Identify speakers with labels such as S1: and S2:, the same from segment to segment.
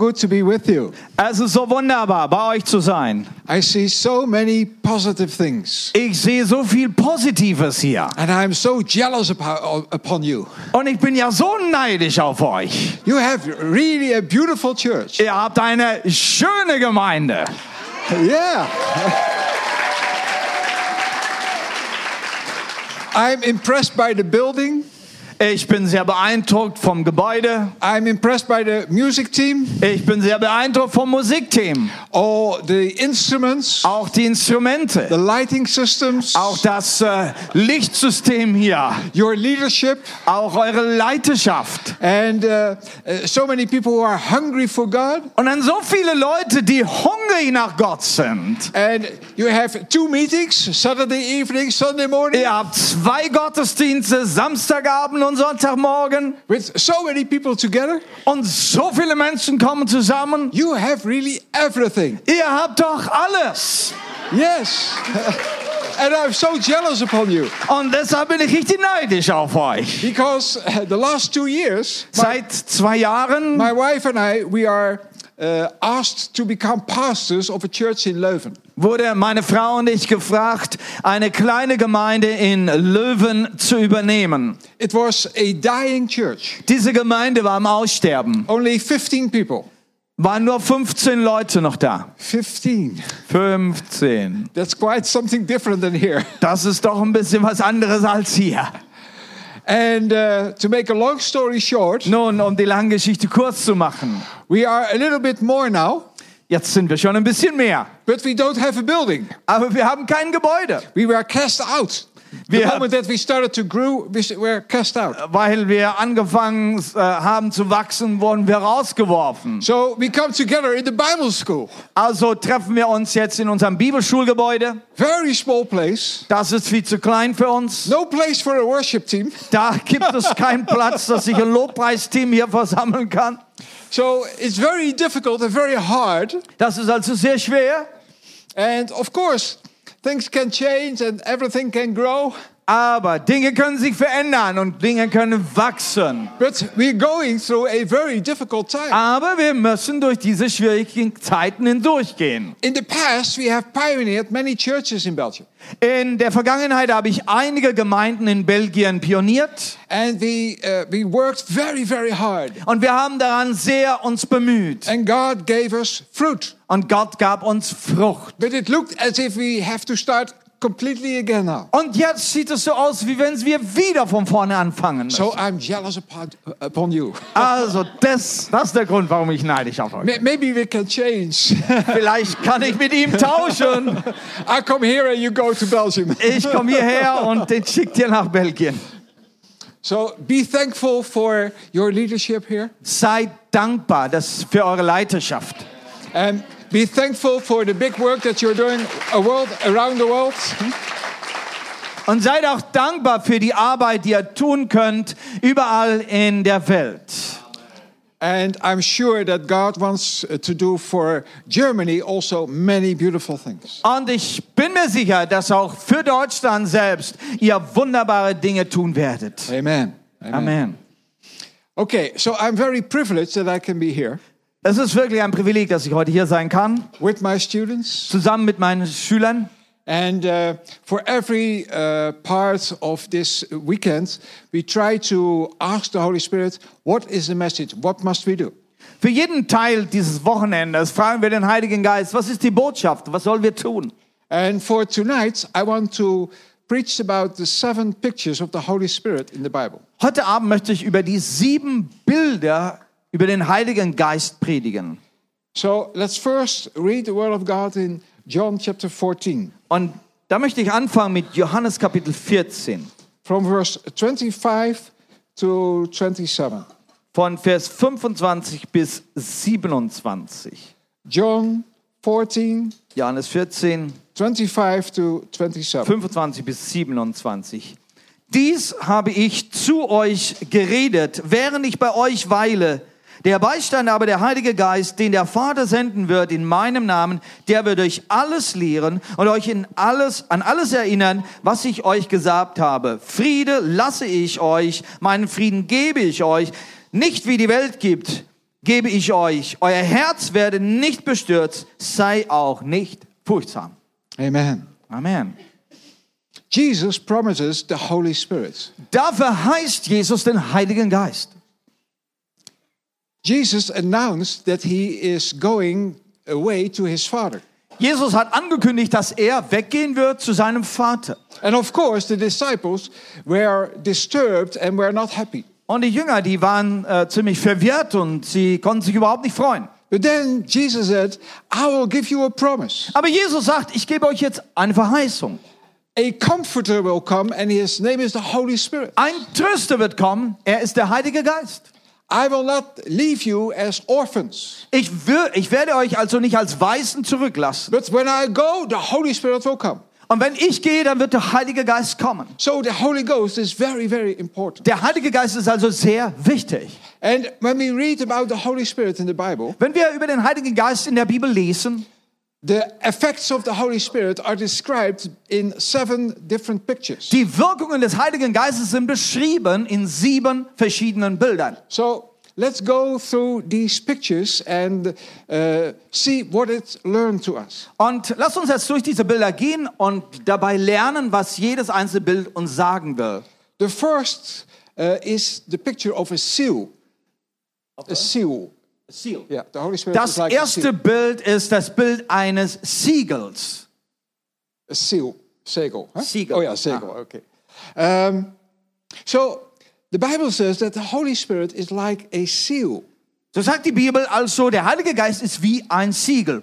S1: Good to be with you.
S2: Es ist so wunderbar, bei euch zu sein.
S1: I see so many positive things,
S2: Ich sehe so viel Positives hier.
S1: and I'm so jealous about, uh, upon you.
S2: Und ich bin ja so neidisch auf euch.
S1: You have really a beautiful church.
S2: Ihr habt eine schöne Gemeinde.
S1: Yeah. I'm impressed by the building.
S2: Ich bin sehr beeindruckt vom Gebäude.
S1: I'm impressed by the music team,
S2: Ich bin sehr beeindruckt vom Musikteam.
S1: all the instruments,
S2: Auch die Instrumente.
S1: the lighting systems,
S2: Auch das äh, Lichtsystem hier.
S1: your leadership,
S2: Auch eure Leiterschaft.
S1: and uh, uh, so many people who are hungry for God.
S2: Und dann so viele Leute, die hungrig nach Gott sind.
S1: And you have two meetings Saturday evening, Sunday morning,
S2: Ihr habt zwei Gottesdienste, Samstagabend und Sonntagmorgen.
S1: with so many people together.
S2: Und so viele Menschen kommen zusammen.
S1: You have really everything.
S2: Ihr habt doch alles.
S1: Yes. and I'm so jealous upon you
S2: Und deshalb bin ich richtig neidisch auf euch.
S1: because uh, the last two years,
S2: Seit zwei Jahren
S1: my wife and I, we are. Uh, asked to become pastors of a church in Leuven.
S2: wurde meine Frau und ich gefragt, eine kleine Gemeinde in Löwen zu übernehmen.
S1: It was a dying church,
S2: Diese Gemeinde war am Aussterben.
S1: only 15 people.
S2: Waren nur 15 Leute noch da.
S1: 15.
S2: 15.
S1: That's quite something different than here.
S2: Das ist doch ein bisschen was anderes als hier.
S1: And uh, to make a long story short,
S2: Nun, um die lange Geschichte kurz zu machen.
S1: we are a little bit more now,
S2: Jetzt sind wir schon ein bisschen mehr.
S1: but we don't have a building.
S2: Aber wir haben kein Gebäude,
S1: We were cast out. The
S2: We have-
S1: moment that we started to grow, we s- were cast out.
S2: weil wir angefangen äh, haben zu wachsen, wurden wir rausgeworfen.
S1: So we come together in the Bible school.
S2: Also treffen wir uns jetzt in unserem Bibelschulgebäude.
S1: Very small place.
S2: Das ist viel zu klein für uns.
S1: No place for a worship team.
S2: Da gibt es keinen Platz, dass sich ein Lobpreisteam hier versammeln kann.
S1: So it's very difficult and very hard.
S2: Das ist also sehr schwer.
S1: And of course, things can change and everything can grow.
S2: Aber Dinge können sich verändern und Dinge können wachsen.
S1: But we're going through a very difficult time.
S2: Aber wir müssen durch diese schwierigen Zeiten hindurchgehen.
S1: In the past, we have pioneered many churches in Belgium.
S2: In der Vergangenheit habe ich einige Gemeinden in Belgien pioniert
S1: And we, uh, we worked very, very hard.
S2: und wir haben daran sehr uns bemüht.
S1: And God gave us fruit.
S2: Und Gott gab uns Frucht.
S1: But it looked as if we have to start completely again now.
S2: Und jetzt sieht es so aus, wie wenn wir wieder von vorne anfangen. Müssen.
S1: So I'm jealous upon, upon you.
S2: Also das, das ist der Grund, warum ich neidisch auf euch bin.
S1: May- Maybe we can change.
S2: Vielleicht kann ich mit ihm tauschen.
S1: I come here and you go to Belgium.
S2: Ich komme hierher und den schickt ihr nach Belgien.
S1: So be thankful for your leadership here.
S2: Seid dankbar das für eure Leiterschaft.
S1: And be thankful for the big work that you're doing a world, around the world.
S2: Und seid auch dankbar für die Arbeit, die ihr tun könnt, überall in der Welt.
S1: And I'm sure that God wants uh, to do for Germany also many beautiful things.
S2: Und ich bin mir sicher, dass auch für Deutschland selbst ihr wunderbare Dinge tun werdet.
S1: Amen. Amen.
S2: Amen.
S1: Okay, so I'm very privileged that I can be here
S2: Es ist wirklich ein Privileg, dass ich heute hier sein kann,
S1: with my students.
S2: zusammen mit meinen Schülern.
S1: And uh, for every uh, part of this weekend, we try to ask the Holy Spirit, what is the message? What must we do?
S2: Für jeden Teil dieses Wochenendes fragen wir den Heiligen Geist, was ist die Botschaft? Was sollen wir tun?
S1: And for tonight, I want to preach about the seven pictures of the Holy Spirit in the Bible.
S2: Heute Abend möchte ich über die sieben Bilder über den Heiligen Geist predigen.
S1: So let's first read the Word of God in John chapter 14,
S2: Und da möchte ich anfangen mit Johannes Kapitel 14,
S1: from verse 25 to 27.
S2: von Vers 25 bis 27.
S1: John 14,
S2: Johannes 14,
S1: 25 to 27.
S2: 25 bis 27. Dies habe ich zu euch geredet, während ich bei euch weile. Der Beistand aber, der Heilige Geist, den der Vater senden wird in meinem Namen, der wird euch alles lehren und euch in alles, an alles erinnern, was ich euch gesagt habe. Friede lasse ich euch, meinen Frieden gebe ich euch, nicht wie die Welt gibt. gebe ich euch. Euer Herz werde nicht bestürzt, sei auch nicht furchtsam.
S1: Amen.
S2: Amen.
S1: Jesus promises the Holy Spirit.
S2: Da verheißt Jesus den Heiligen Geist.
S1: Jesus announced that he is going away to his Father.
S2: Jesus hat angekündigt, dass er weggehen wird zu seinem Vater.
S1: And of course, the disciples were disturbed and were not happy.
S2: Und die Jünger, die waren äh, ziemlich verwirrt und sie konnten sich überhaupt nicht freuen.
S1: But then Jesus said, I will give you a promise.
S2: Aber Jesus sagt, ich gebe euch jetzt eine Verheißung.
S1: A comforter will come, and his name is the Holy Spirit.
S2: Ein Tröster wird kommen, er ist der Heilige Geist.
S1: I will not leave you as orphans,
S2: Ich, wür- ich werde euch also nicht als Weißen zurücklassen.
S1: but when I go, the Holy Spirit will come.
S2: Und wenn ich gehe, dann wird der Heilige Geist kommen.
S1: So the Holy Ghost is very, very important.
S2: Der Heilige Geist ist also sehr wichtig.
S1: And when we read about the Holy Spirit in the Bible,
S2: Wenn wir über den Heiligen Geist in der Bibel lesen,
S1: the effects of the Holy Spirit are described in seven different pictures.
S2: die Wirkungen des Heiligen Geistes sind beschrieben in sieben verschiedenen Bildern.
S1: So let's go through these pictures and uh, see what it learned to us.
S2: Und lasst uns jetzt durch diese Bilder gehen und dabei lernen, was jedes einzelne Bild uns sagen will.
S1: The first uh, is the picture of a seal. A seal. Yeah, the Holy Spirit
S2: Das
S1: is like a
S2: erste
S1: seal.
S2: Bild ist das Bild eines Siegels.
S1: A seal. Segel. Huh?
S2: Seagull.
S1: Oh yeah, segel.
S2: Ah.
S1: Okay. Um, so the Bible says that the Holy Spirit is like a seal.
S2: So sagt die Bibel also, der Heilige Geist ist wie ein Siegel.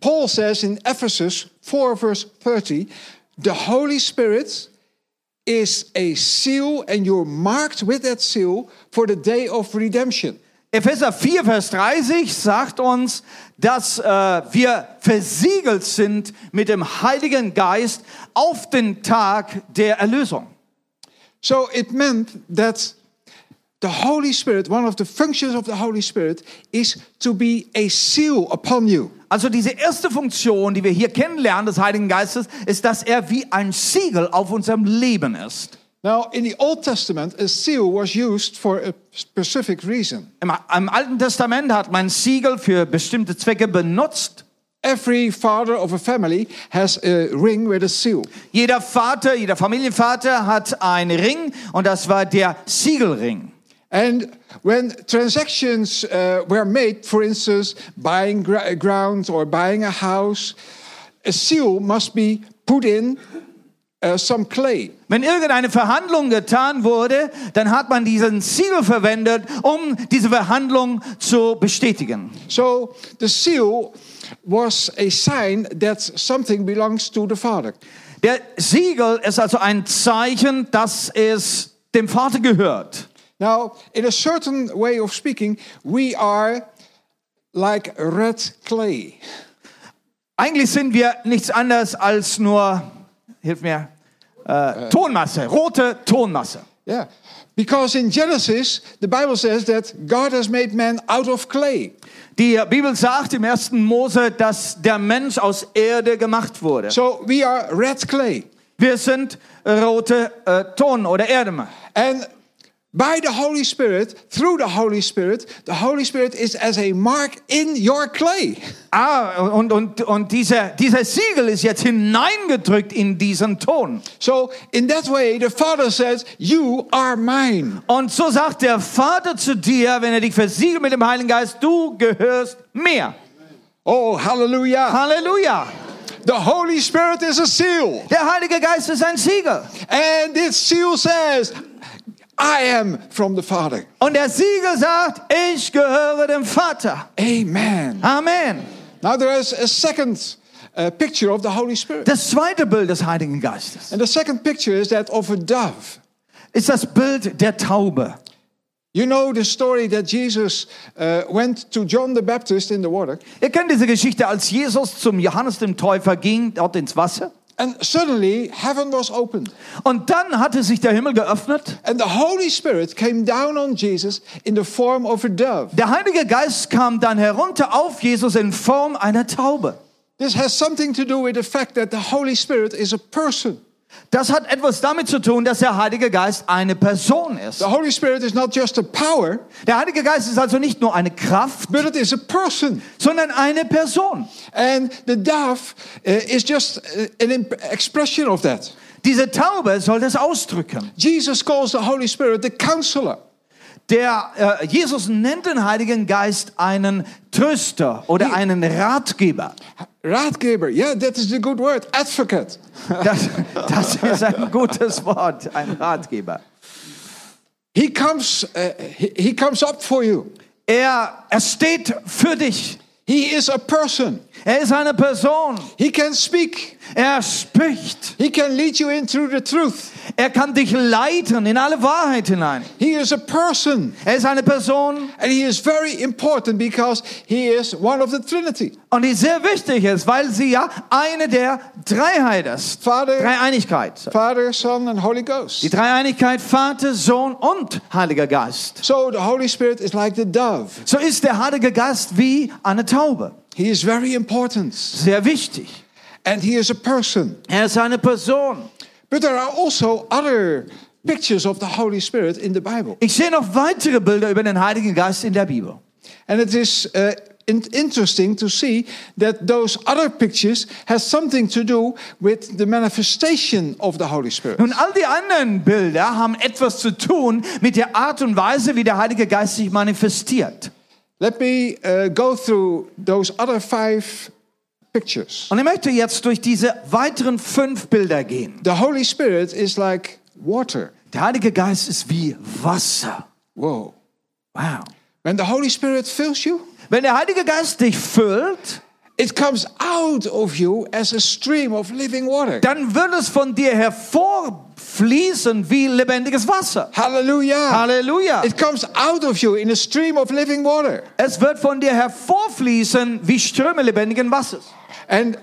S1: Paul says in Ephesus 4, verse 30, the Holy Spirit is a seal, and you're marked with that seal for the day of redemption.
S2: Epheser 4, Vers 30 sagt uns, dass äh, wir versiegelt sind mit dem Heiligen Geist auf den Tag der Erlösung.
S1: So it meant that the Holy Spirit, one of the functions of the Holy Spirit, is to be a seal upon you.
S2: Also diese erste Funktion, die wir hier kennenlernen des Heiligen Geistes, ist, dass er wie ein Siegel auf unserem Leben ist.
S1: Now, in the Old Testament, a seal was used for a specific reason.
S2: Im, Im Alten Testament hat man Siegel für bestimmte Zwecke benutzt.
S1: Every father of a family has a ring with a seal.
S2: Jeder Vater, jeder Familienvater hat einen Ring und das war der Siegelring.
S1: And when transactions uh, were made, for instance, buying gr- ground or buying a house, a seal must be put in uh, some clay.
S2: Wenn irgendeine Verhandlung getan wurde, dann hat man diesen Siegel verwendet, um diese Verhandlung zu bestätigen.
S1: So the seal was a sign that something belongs to the father.
S2: Der Siegel ist also ein Zeichen, dass es dem Vater gehört.
S1: Now, in a certain way of speaking, we are like red clay.
S2: Eigentlich sind wir nichts anderes als nur, hilf mir, äh, Tonmasse, rote Tonmasse.
S1: Yeah. Because in Genesis, the Bible says that God has made man out of clay.
S2: Die Bibel sagt im 1. Mose, dass der Mensch aus Erde gemacht wurde.
S1: So we are red clay.
S2: Wir sind rote äh, Ton oder Erde.
S1: And by the Holy Spirit, through the Holy Spirit, the Holy Spirit is as a mark in your clay.
S2: Ah, und, und, und dieser, dieser Siegel ist jetzt hineingedrückt in diesen Ton.
S1: So in that way, the Father says, You are mine.
S2: Und so sagt der Vater zu dir, wenn er dich versiegelt mit dem Heiligen Geist, du gehörst mir.
S1: Oh, hallelujah.
S2: Halleluja.
S1: The Holy Spirit is a seal.
S2: Der Heilige Geist ist ein Siegel.
S1: And this seal says, I am from the Father.
S2: Und der Siegel sagt, ich gehöre dem Vater.
S1: Amen.
S2: Amen.
S1: Now there is a second uh, picture of the Holy Spirit.
S2: Das zweite Bild des Heiligen Geistes
S1: And the second picture is that of a dove.
S2: ist das Bild der Taube.
S1: You know the story that Jesus uh, went to John the Baptist in the water.
S2: Ihr kennt diese Geschichte, als Jesus zum Johannes dem Täufer ging, dort ins Wasser.
S1: And suddenly heaven was opened,
S2: Und dann hatte sich der Himmel geöffnet.
S1: and the Holy Spirit came down on Jesus in the form of a dove.
S2: Der Heilige Geist kam dann herunter auf Jesus in Form einer Taube.
S1: This has something to do with the fact that the Holy Spirit is a person.
S2: Das hat etwas damit zu tun, dass der Heilige Geist eine Person ist.
S1: The Holy Spirit is not just a power,
S2: Der Heilige Geist ist also nicht nur eine Kraft,
S1: but it is a person.
S2: sondern eine Person.
S1: And the dove uh, is just uh, an imp- expression of that.
S2: Diese Taube soll das ausdrücken.
S1: Jesus calls the Holy Spirit the counselor.
S2: Der äh, Jesus nennt den Heiligen Geist einen Tröster oder einen Ratgeber.
S1: Ratgeber, yeah, that is a good word. Advocate.
S2: Das, das ist ein gutes Wort, ein Ratgeber.
S1: He comes, uh, he, he comes up for you.
S2: Er, er steht für dich.
S1: He is a person.
S2: Er ist eine Person.
S1: He can speak.
S2: Er spricht.
S1: He can lead you into the truth.
S2: Er kann dich leiten in alle Wahrheit hinein.
S1: He is a person.
S2: Er ist eine Person
S1: And he is very important because he is one of the Trinity.
S2: und die sehr wichtig ist, weil sie ja eine der Dreiheit ist.
S1: Vater,
S2: Dreieinigkeit.
S1: Father, Son, and Holy
S2: Die
S1: Ghost.
S2: Dreieinigkeit Vater, Sohn und Heiliger Geist.
S1: So the Holy Spirit is like the dove.
S2: So ist der Heilige Geist wie eine Taube.
S1: He is very important.
S2: Sehr wichtig.
S1: And he is a person.
S2: Er ist eine Person.
S1: But there are also other pictures of the Holy Spirit in the Bible.
S2: Ich sehe noch weitere Bilder über den Heiligen Geist in der Bibel.
S1: And it is uh, in- interesting to see that those other pictures has something to do with the manifestation of the Holy Spirit.
S2: Nun, all die anderen Bilder haben etwas zu tun mit der Art und Weise, wie der Heilige Geist sich manifestiert.
S1: Let me uh, go through those other five pictures.
S2: Und ich möchte jetzt durch diese weiteren fünf Bilder gehen.
S1: The Holy Spirit is like water.
S2: Der Heilige Geist ist wie Wasser.
S1: Whoa.
S2: Wow.
S1: When the Holy Spirit fills you,
S2: Wenn der Heilige Geist dich füllt,
S1: it comes out of you as a stream of living water.
S2: dann wird es von dir hervorfließen wie lebendiges Wasser.
S1: Hallelujah.
S2: Halleluja.
S1: It comes out of you in a stream of living water.
S2: Es wird von dir hervorfließen wie Ströme lebendigen Wassers.
S1: And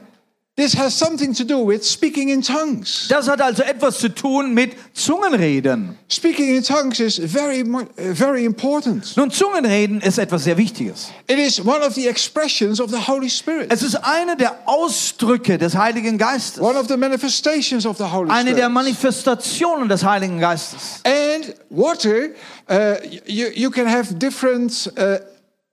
S1: this has something to do with speaking in tongues.
S2: Das hat also etwas zu tun mit Zungenreden.
S1: Speaking in tongues is very, mu- uh, very important.
S2: Nun, Zungenreden ist etwas sehr Wichtiges.
S1: It is one of the expressions of the Holy Spirit,
S2: Es ist eine der Ausdrücke des Heiligen Geistes.
S1: one of the manifestations of the Holy
S2: Eine der
S1: Spirit.
S2: Manifestationen des Heiligen Geistes.
S1: And water, uh, y- you, you can have different uh,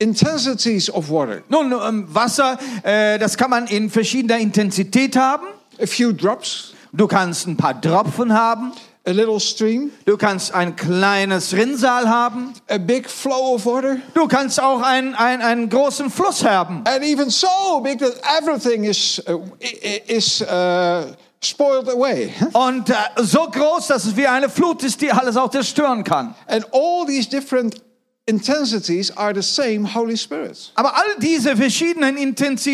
S1: intensities of water.
S2: Nun, ähm, Wasser, äh, das kann man in verschiedener Intensität haben.
S1: A few drops,
S2: Du kannst ein paar Tropfen haben.
S1: a little stream,
S2: Du kannst ein kleines Rinnsal haben.
S1: a big flow of water,
S2: Du kannst auch einen, einen, einen großen Fluss haben.
S1: and even so big that everything is, uh, i- i- is uh, spoiled away.
S2: Und äh, so groß, dass es wie eine Flut ist, die alles auch zerstören kann.
S1: And all these different intensities are the same Holy Spirit.
S2: Aber all diese verschiedenen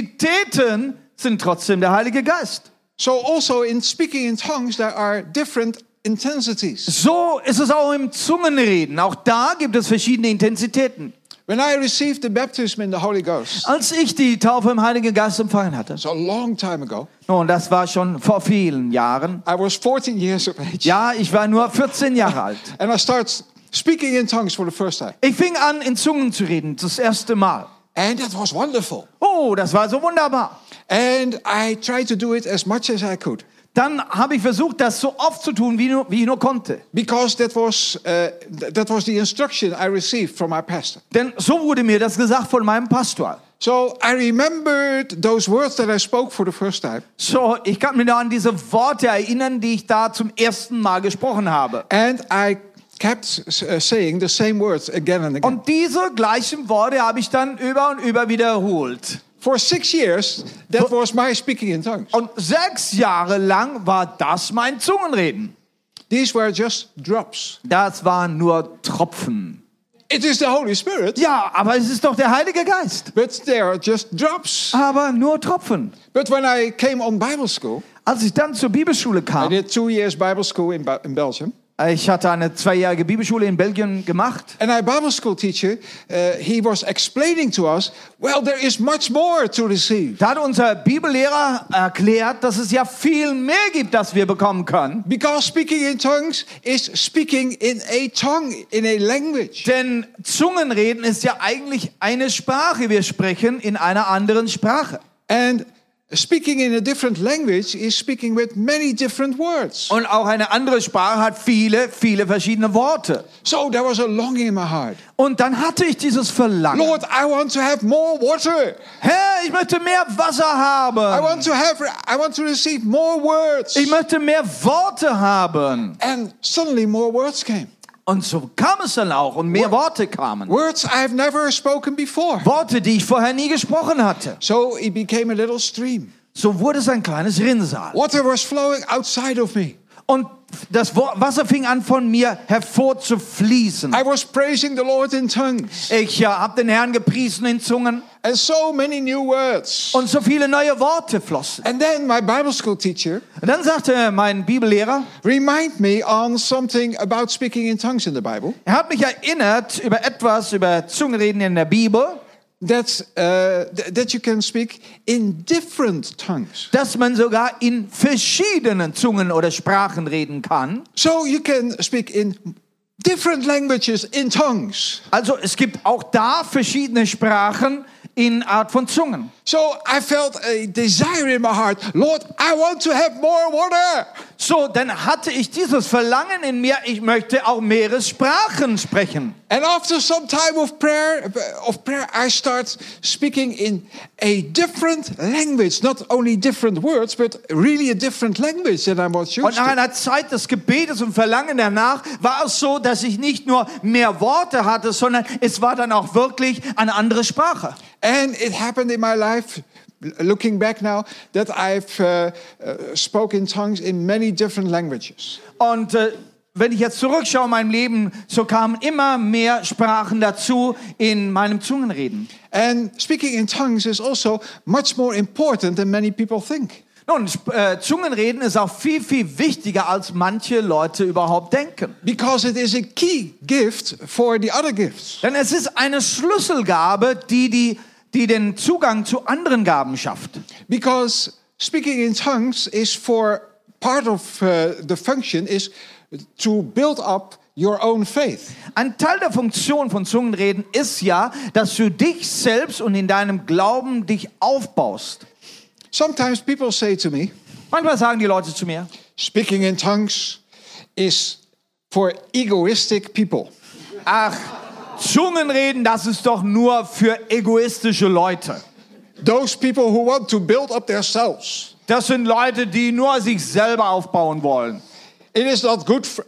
S2: Intensitäten sind trotzdem der Heilige Geist.
S1: So also in speaking in tongues, there are different intensities.
S2: So ist es auch im Zungenreden. Auch da gibt es verschiedene Intensitäten.
S1: When I received the baptism in the Holy Ghost,
S2: Als ich die Taufe im Heiligen Geist empfangen hatte,
S1: it's a long time ago,
S2: nun, das war schon vor vielen Jahren.
S1: I was 14 years of age,
S2: Ja, ich war nur 14 Jahre alt.
S1: and I started speaking in tongues for the first time.
S2: Ich fing an, in Zungen zu reden, das erste Mal.
S1: And that was wonderful.
S2: Oh, das war so wunderbar.
S1: And I tried to do it as much as I could
S2: Dann habe ich versucht, das so oft zu tun, wie, nur, wie ich nur konnte.
S1: because that was, uh, th- that was the instruction I received from my pastor.
S2: Denn so wurde mir das gesagt von meinem Pastor.
S1: So I remembered those words that I spoke for the first time.
S2: So, ich kann mich noch an diese Worte erinnern, die ich da zum ersten Mal gesprochen habe.
S1: And I kept uh, saying the same words again and again.
S2: Und diese gleichen Worte habe ich dann über und über wiederholt.
S1: For six years, that was my speaking in tongues.
S2: Und sechs Jahre lang war das mein Zungenreden.
S1: These were just drops.
S2: Das waren nur Tropfen.
S1: It is the Holy Spirit,
S2: Ja, aber es ist doch der Heilige Geist.
S1: but they are just drops.
S2: Aber nur Tropfen.
S1: But when I came on Bible school,
S2: Als ich dann zur Bibelschule
S1: I
S2: kam,
S1: did two years Bible school in, Ba- in Belgium.
S2: ich hatte eine zweijährige Bibelschule in Belgien gemacht.
S1: And our Bible school teacher, uh, he was explaining to us, well, there is much more to receive.
S2: Da hat unser Bibellehrer erklärt, dass es ja viel mehr gibt, das wir bekommen können.
S1: Because speaking in tongues is speaking in a tongue, in a language.
S2: Denn Zungenreden ist ja eigentlich eine Sprache. Wir sprechen in einer anderen Sprache.
S1: And Speaking in a different language is speaking with many different words.
S2: Und auch eine andere Sprache hat viele, viele verschiedene Worte.
S1: So there was a longing in my heart.
S2: Und dann hatte ich dieses Verlangen.
S1: Lord, I want to have more water.
S2: Herr, ich möchte mehr Wasser
S1: I
S2: haben.
S1: want to have I want to receive more words.
S2: Ich möchte mehr Worte haben.
S1: And suddenly more words came.
S2: Und so kam es dann auch und mehr Worte kamen.
S1: Words I have never spoken before.
S2: Worte, die ich vorher nie gesprochen hatte.
S1: So it became a little stream.
S2: So wurde es ein kleines Rinnsal.
S1: Water was flowing outside of me.
S2: Und das Wo- Wasser fing an von mir hervorzufließen.
S1: I was praising the Lord in tongues.
S2: Ich ja, habe den Herrn gepriesen in Zungen
S1: And so many new words.
S2: und so viele neue Worte flossen.
S1: And then my Bible school teacher
S2: Und dann sagte mein Bibellehrer,
S1: remind me on something about speaking in tongues in the Bible.
S2: er hat mich erinnert über etwas, über Zungenreden in der Bibel,
S1: that, uh, th- that you can speak in different tongues.
S2: dass man sogar in verschiedenen Zungen oder Sprachen reden kann.
S1: So you can speak in different languages in tongues.
S2: Also es gibt auch da verschiedene Sprachen in Art von Zungen.
S1: So I felt a desire in my heart Lord, I want to have more water.
S2: So, dann hatte ich dieses Verlangen in mir, ich möchte auch mehrere Sprachen sprechen.
S1: And after some time of prayer, of prayer, I start speaking in a different language. Not only different words, but really a different language than I was
S2: Und
S1: used
S2: nach
S1: to.
S2: einer Zeit des Gebetes und Verlangen danach war es so, dass ich nicht nur mehr Worte hatte, sondern es war dann auch wirklich eine andere Sprache.
S1: And it happened in my life, looking back now, that I've uh, uh, spoke in tongues in many different languages.
S2: Und äh, wenn ich jetzt zurückschaue in meinem Leben, so kamen immer mehr Sprachen dazu in meinem Zungenreden.
S1: And speaking in tongues is also much more important than many people think.
S2: Nun, Sp- äh, Zungenreden ist auch viel, viel wichtiger, als manche Leute überhaupt denken.
S1: Because it is a key gift for the other gifts.
S2: Denn es ist eine Schlüsselgabe, die, die, die den Zugang zu anderen Gaben schafft.
S1: Because speaking in tongues is for part of uh, the function is to build up your own faith.
S2: Ein Teil der Funktion von Zungenreden ist ja, dass du dich selbst und in deinem Glauben dich aufbaust.
S1: Sometimes people say to me,
S2: Manchmal sagen die Leute zu mir,
S1: speaking in tongues is for egoistic people.
S2: ach, Zungenreden, das ist doch nur für egoistische Leute.
S1: Those people who want to build up themselves.
S2: Das sind Leute, die nur sich selber aufbauen wollen.
S1: It is not good, for,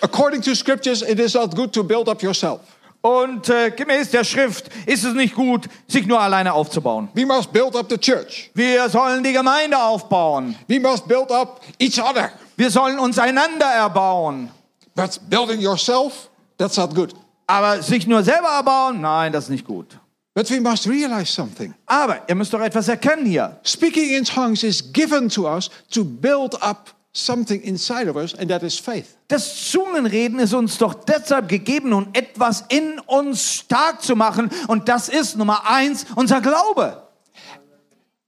S1: according to scriptures, it is not good to build up yourself.
S2: Und äh, gemäß der Schrift ist es nicht gut, sich nur alleine aufzubauen.
S1: We must build up the church.
S2: Wir sollen die Gemeinde aufbauen.
S1: We must build up each other.
S2: Wir sollen uns einander erbauen.
S1: But building yourself, that's not good.
S2: Aber sich nur selber erbauen, nein, das ist nicht gut.
S1: But we must realize something.
S2: Aber ihr müsst doch etwas erkennen hier.
S1: Speaking in tongues is given to us to build up something inside of us, and that is faith.
S2: Das Zungenreden ist uns doch deshalb gegeben, um etwas in uns stark zu machen. Und das ist Nummer eins unser Glaube.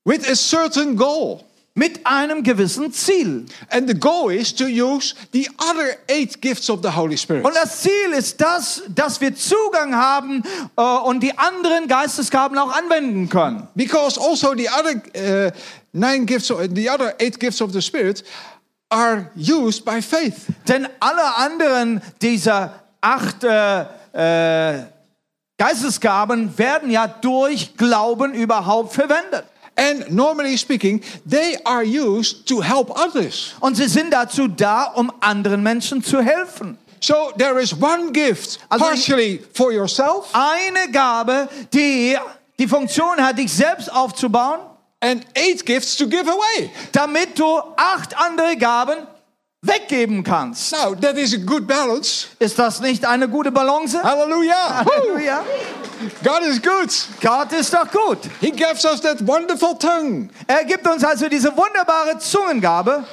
S1: With a certain goal.
S2: Mit einem gewissen Ziel.
S1: And the goal is to use the other eight gifts of the Holy Spirit.
S2: Und das Ziel ist das, dass wir Zugang haben äh, und die anderen Geistesgaben auch anwenden können.
S1: Because also the other uh, nine gifts, the other eight gifts of the Spirit are used by faith.
S2: Denn alle anderen dieser acht äh, äh, Geistesgaben werden ja durch Glauben überhaupt verwendet.
S1: And normally speaking, they are used to help others.
S2: Und sie sind dazu da, um anderen Menschen zu helfen.
S1: So there is one gift
S2: Also-
S1: partially for yourself
S2: Eine Gabe, die die Funktion hat, dich selbst aufzubauen,
S1: and eight gifts to give away.
S2: damit du acht andere Gaben weggeben kannst.
S1: Now, that is a good balance.
S2: Ist das nicht eine gute Balance?
S1: Hallelujah! Woo!
S2: Halleluja.
S1: God is good.
S2: Gott ist doch gut.
S1: He gives us that wonderful tongue
S2: Er gibt uns also diese wunderbare Zungengabe,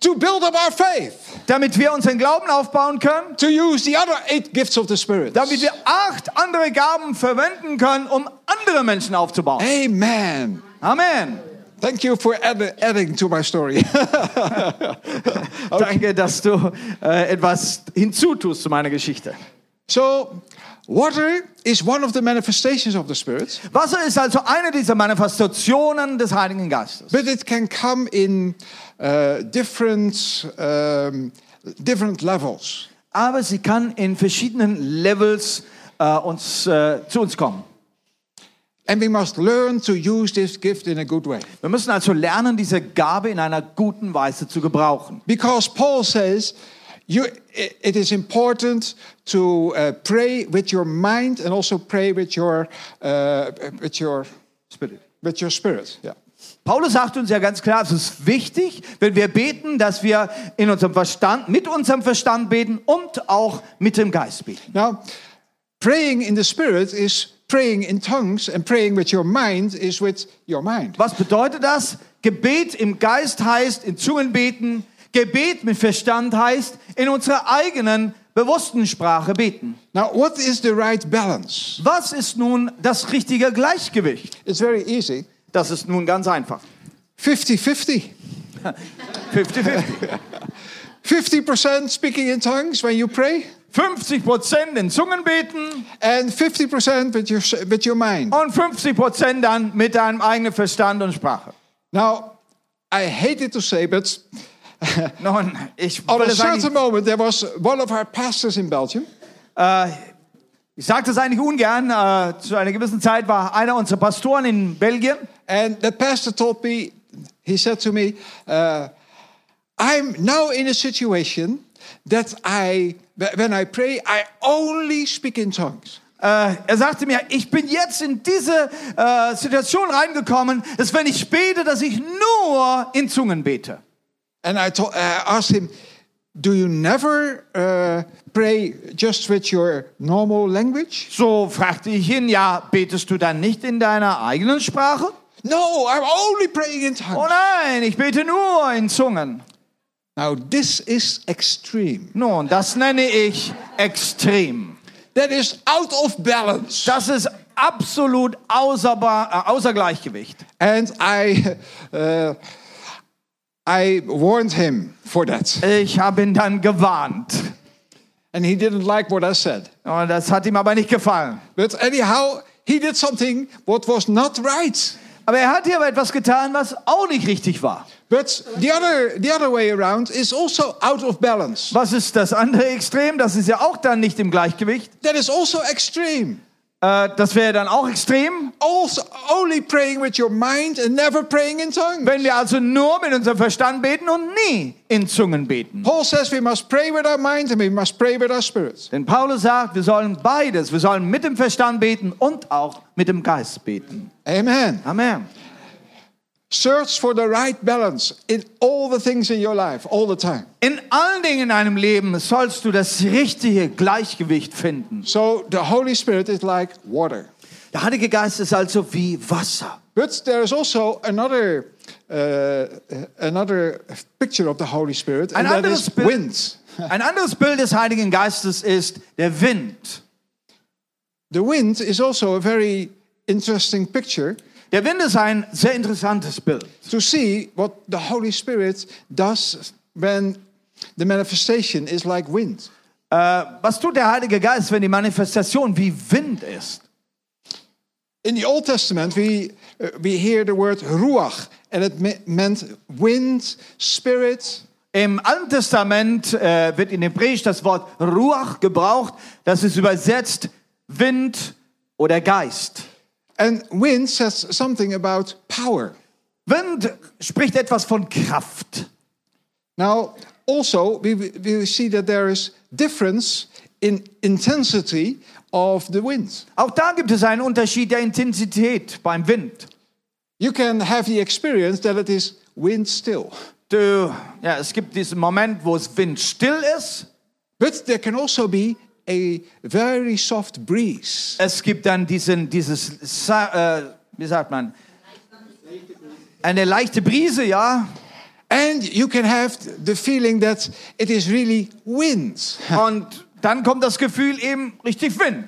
S1: to build up our faith,
S2: damit wir unseren Glauben aufbauen können.
S1: to use the other eight gifts of the Spirit.
S2: damit wir acht andere Gaben verwenden können, um andere Menschen aufzubauen.
S1: Amen.
S2: Amen.
S1: Thank you for add, adding to my story.
S2: Danke, dass du äh, etwas hinzutust zu meiner Geschichte.
S1: so, Water is one of the manifestations of the Spirit,
S2: Wasser ist also eine dieser Manifestationen des Heiligen Geistes.
S1: but it can come in uh, different, um, different levels.
S2: Aber sie kann in verschiedenen Levels äh, uns, äh, zu uns kommen.
S1: And we must learn to use this gift in a good way.
S2: Wir müssen also lernen, diese Gabe in einer guten Weise zu gebrauchen.
S1: Because Paul says you, i- it is important to uh, pray with your mind and also pray with your, uh, with your, with your spirit. Yeah.
S2: Paulus sagt uns ja ganz klar, es ist wichtig, wenn wir beten, dass wir in unserem Verstand, mit unserem Verstand beten und auch mit dem Geist beten.
S1: Now, praying in the spirit is praying in tongues, and praying with your mind is with your mind.
S2: Was bedeutet das? Gebet im Geist heißt in Zungen beten. Gebet mit Verstand heißt in unserer eigenen bewussten Sprache beten.
S1: Now, what is the right balance?
S2: Was ist nun das richtige Gleichgewicht?
S1: It's very easy
S2: Das ist nun ganz einfach.
S1: 50 50.
S2: 50-50.
S1: 50% speaking in tongues when you pray,
S2: 50 Prozent in Zungen beten
S1: and 50% with your, s- with your mind.
S2: und 50 Prozent dann mit deinem eigenen Verstand und Sprache.
S1: Now, I hated to say, but
S2: Nun, ich
S1: on a
S2: will es eigentlich,
S1: certain moment, there was one of our pastors in Belgium.
S2: äh, ich sage das eigentlich ungern. Äh, zu einer gewissen Zeit war einer unserer Pastoren in Belgien.
S1: And the pastor told me, he said to me, uh, I'm now in a situation that I, wh- when I pray, I only speak in tongues.
S2: Äh, er sagte mir, ich bin jetzt in diese äh, Situation reingekommen, dass wenn ich bete, dass ich nur in Zungen bete.
S1: And I, to- I asked him, Do you never uh, pray just with your normal language?
S2: So fragte ich ihn, ja, betest du dann nicht in deiner eigenen Sprache?
S1: No, I'm only praying in
S2: Oh
S1: tongues.
S2: nein, ich bete nur in Zungen.
S1: Now, this is extreme.
S2: Nun, das nenne ich extrem.
S1: That is out of balance.
S2: Das ist absolut außer, Ba- äh, außer Gleichgewicht.
S1: And I, uh, I warned him for that.
S2: Ich habe ihn dann gewarnt.
S1: And he didn't like what I said.
S2: Und das hat ihm aber nicht gefallen.
S1: But anyhow, he did something what was not right.
S2: Aber er hat hier aber etwas getan, was auch nicht richtig war.
S1: But the other, the other way around is also out of balance.
S2: Was ist das andere Extrem? Das ist ja auch dann nicht im Gleichgewicht.
S1: That is also extreme.
S2: Äh, das wäre dann auch extrem.
S1: Also, only praying with your mind and never praying in tongues.
S2: Wenn wir also nur mit unserem Verstand beten und nie in Zungen beten.
S1: Paul says we must pray with our mind and we must pray with our spirit.
S2: Denn Paulus sagt, wir sollen beides. Wir sollen mit dem Verstand beten und auch mit dem Geist beten.
S1: Amen.
S2: Amen.
S1: Search for the right balance in all the things in your life, all the time.
S2: In allen Dingen in deinem Leben sollst du das richtige Gleichgewicht finden.
S1: So the Holy Spirit is like water.
S2: Der Heilige Geist ist also wie Wasser.
S1: But there is also another, uh, another picture of the Holy Spirit, and that
S2: Another
S1: is
S2: spirit.
S1: wind.
S2: Ein anderes Bild des Heiligen Geistes ist der Wind.
S1: The wind is also a very interesting picture
S2: Der Wind ist ein sehr interessantes Bild.
S1: to see what the Holy Spirit does when the manifestation is like wind.
S2: Äh, was tut der Heilige Geist, wenn die Manifestation wie Wind ist?
S1: In the Old Testament, we, uh, we hear the word ruach, and it me- meant wind, spirit,
S2: Im Alten Testament äh, wird in Hebräisch das Wort Ruach gebraucht. Das ist übersetzt Wind oder Geist.
S1: and wind says something about power.
S2: Wind spricht etwas von Kraft.
S1: Now, also, we, we see that there is difference in intensity of the wind.
S2: Auch da gibt es einen Unterschied der Intensität beim Wind.
S1: You can have the experience that it is wind still,
S2: Du, ja, es gibt diesen Moment, wo es windstill ist.
S1: but there can also be a very soft breeze.
S2: Es gibt dann diesen, dieses, Sa- äh, wie sagt man, eine leichte Brise, ja,
S1: And you can have the feeling that it is really wind.
S2: Und dann kommt das Gefühl eben richtig Wind.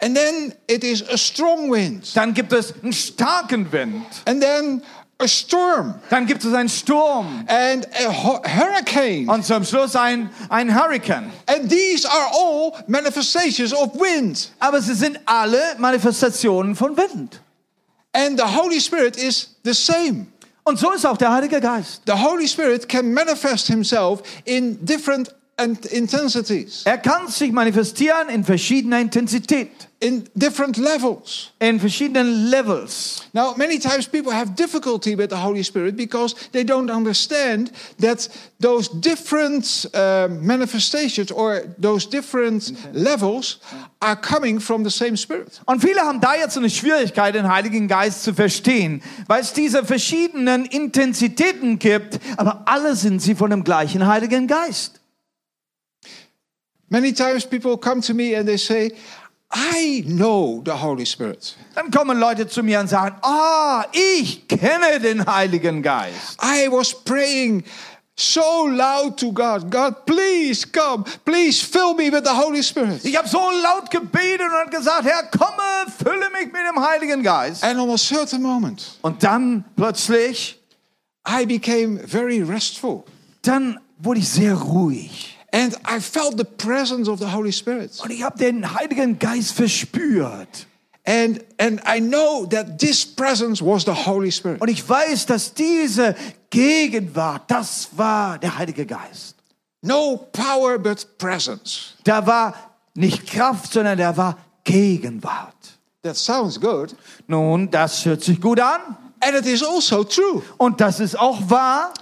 S1: And then it is a strong wind.
S2: Dann gibt es einen starken Wind.
S1: And then a storm
S2: Dann gibt es einen Sturm
S1: and a hu- hurricane.
S2: und zum Schluss ein, ein Hurrikan.
S1: And these are all manifestations of wind.
S2: Aber sie sind alle Manifestationen von Wind.
S1: And the Holy Spirit is the same.
S2: Und so ist auch der Heilige Geist.
S1: The Holy Spirit can manifest himself in different and intensities,
S2: Er kann sich manifestieren in verschiedener Intensität,
S1: in different levels.
S2: in verschiedenen Levels.
S1: Now, many times people have difficulty with the Holy Spirit because they don't understand that those different uh, manifestations or those different levels are coming from the same Spirit.
S2: Und viele haben da jetzt eine Schwierigkeit, den Heiligen Geist zu verstehen, weil es diese verschiedenen Intensitäten gibt, aber alle sind sie von dem gleichen Heiligen Geist.
S1: Many times people come to me and they say, I know the Holy Spirit.
S2: Dann kommen Leute zu mir und sagen, ah, ich kenne den Heiligen Geist.
S1: I was praying so loud to God. God, please come. Please fill me with the Holy Spirit.
S2: Ich habe so laut gebetet und gesagt, Herr, komme, fülle mich mit dem Heiligen Geist.
S1: And on a certain moment,
S2: Und dann plötzlich,
S1: I became very restful.
S2: dann wurde ich sehr ruhig.
S1: And I felt the presence of the Holy Spirit.
S2: Und ich habe den Heiligen Geist verspürt.
S1: And, and I know that this presence was the Holy Spirit.
S2: Und ich weiß, dass diese Gegenwart, das war der Heilige Geist.
S1: No power but presence.
S2: Da war nicht Kraft, sondern da war Gegenwart.
S1: That sounds good.
S2: Nun, das hört sich gut an.
S1: And it is also true.
S2: Und das ist auch wahr.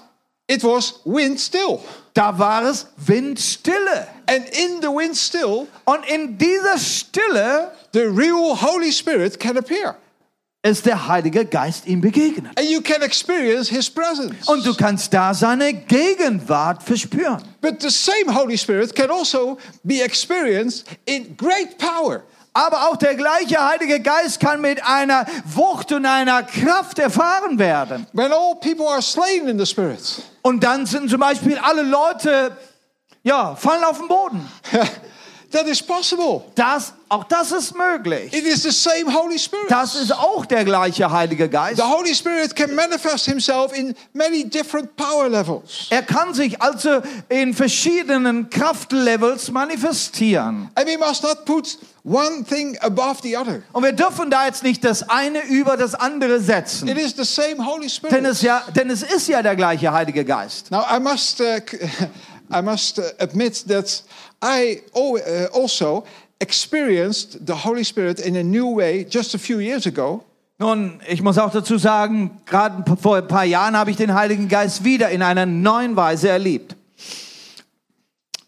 S1: It was wind still.
S2: Da war es Windstille.
S1: And in the wind still,
S2: Und in dieser Stille
S1: the real Holy Spirit can appear.
S2: ist der Heilige Geist ihm begegnet.
S1: And you can experience his presence.
S2: Und du kannst da seine Gegenwart verspüren.
S1: But the same Holy Spirit can also be experienced in great power.
S2: Aber auch der gleiche Heilige Geist kann mit einer Wucht und einer Kraft erfahren werden.
S1: When all people are slain in the Spirit,
S2: Und dann sind zum Beispiel alle Leute, ja, fallen auf den Boden.
S1: that is possible.
S2: Das, auch das ist möglich.
S1: It is the same Holy Spirit.
S2: Das ist auch der gleiche Heilige Geist.
S1: The Holy Spirit can manifest himself in many different power levels.
S2: Er kann sich also in verschiedenen Kraftlevels manifestieren.
S1: And we must not put one thing above the other.
S2: Und wir dürfen da jetzt nicht das eine über das andere setzen.
S1: It is the same Holy Spirit.
S2: Denn es, ja, denn es ist ja der gleiche Heilige Geist.
S1: Now I must uh, I must uh, admit that I al- uh, also experienced the Holy Spirit in a new way just a few years ago.
S2: Nun, ich muss auch dazu sagen, gerade vor ein paar Jahren habe ich den Heiligen Geist wieder in einer neuen Weise erlebt.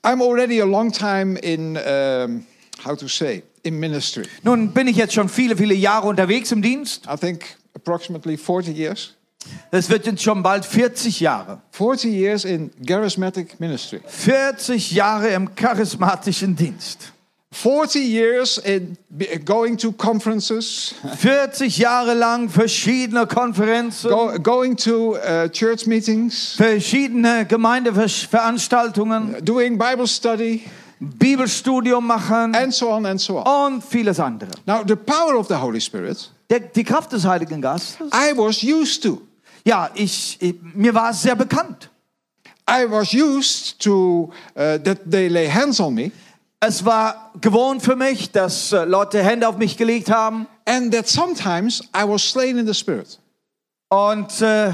S1: I'm already a long time in um, how to say in ministry.
S2: Nun bin ich jetzt schon viele, viele Jahre unterwegs im Dienst.
S1: I think approximately 40 years.
S2: Das wird jetzt schon bald 40 Jahre.
S1: 40 years in charismatic ministry.
S2: 40 Jahre im charismatischen Dienst.
S1: 40 years in b- going to conferences,
S2: 40 Jahre lang verschiedene Konferenzen,
S1: go, going to uh, church meetings,
S2: verschiedene Gemeindeveranstaltungen,
S1: doing Bible study,
S2: Bibelstudium machen
S1: and so on and so on.
S2: und vieles andere.
S1: Now, the power of the Holy Spirit
S2: Der, die Kraft des Heiligen Geistes?
S1: I was used to.
S2: Ja, ich, ich, mir war es sehr bekannt.
S1: I was used to uh, that they lay hands on me
S2: Es war gewohnt für mich, dass äh, Leute Hände auf mich gelegt haben
S1: and that sometimes I was slain in the spirit.
S2: und, äh,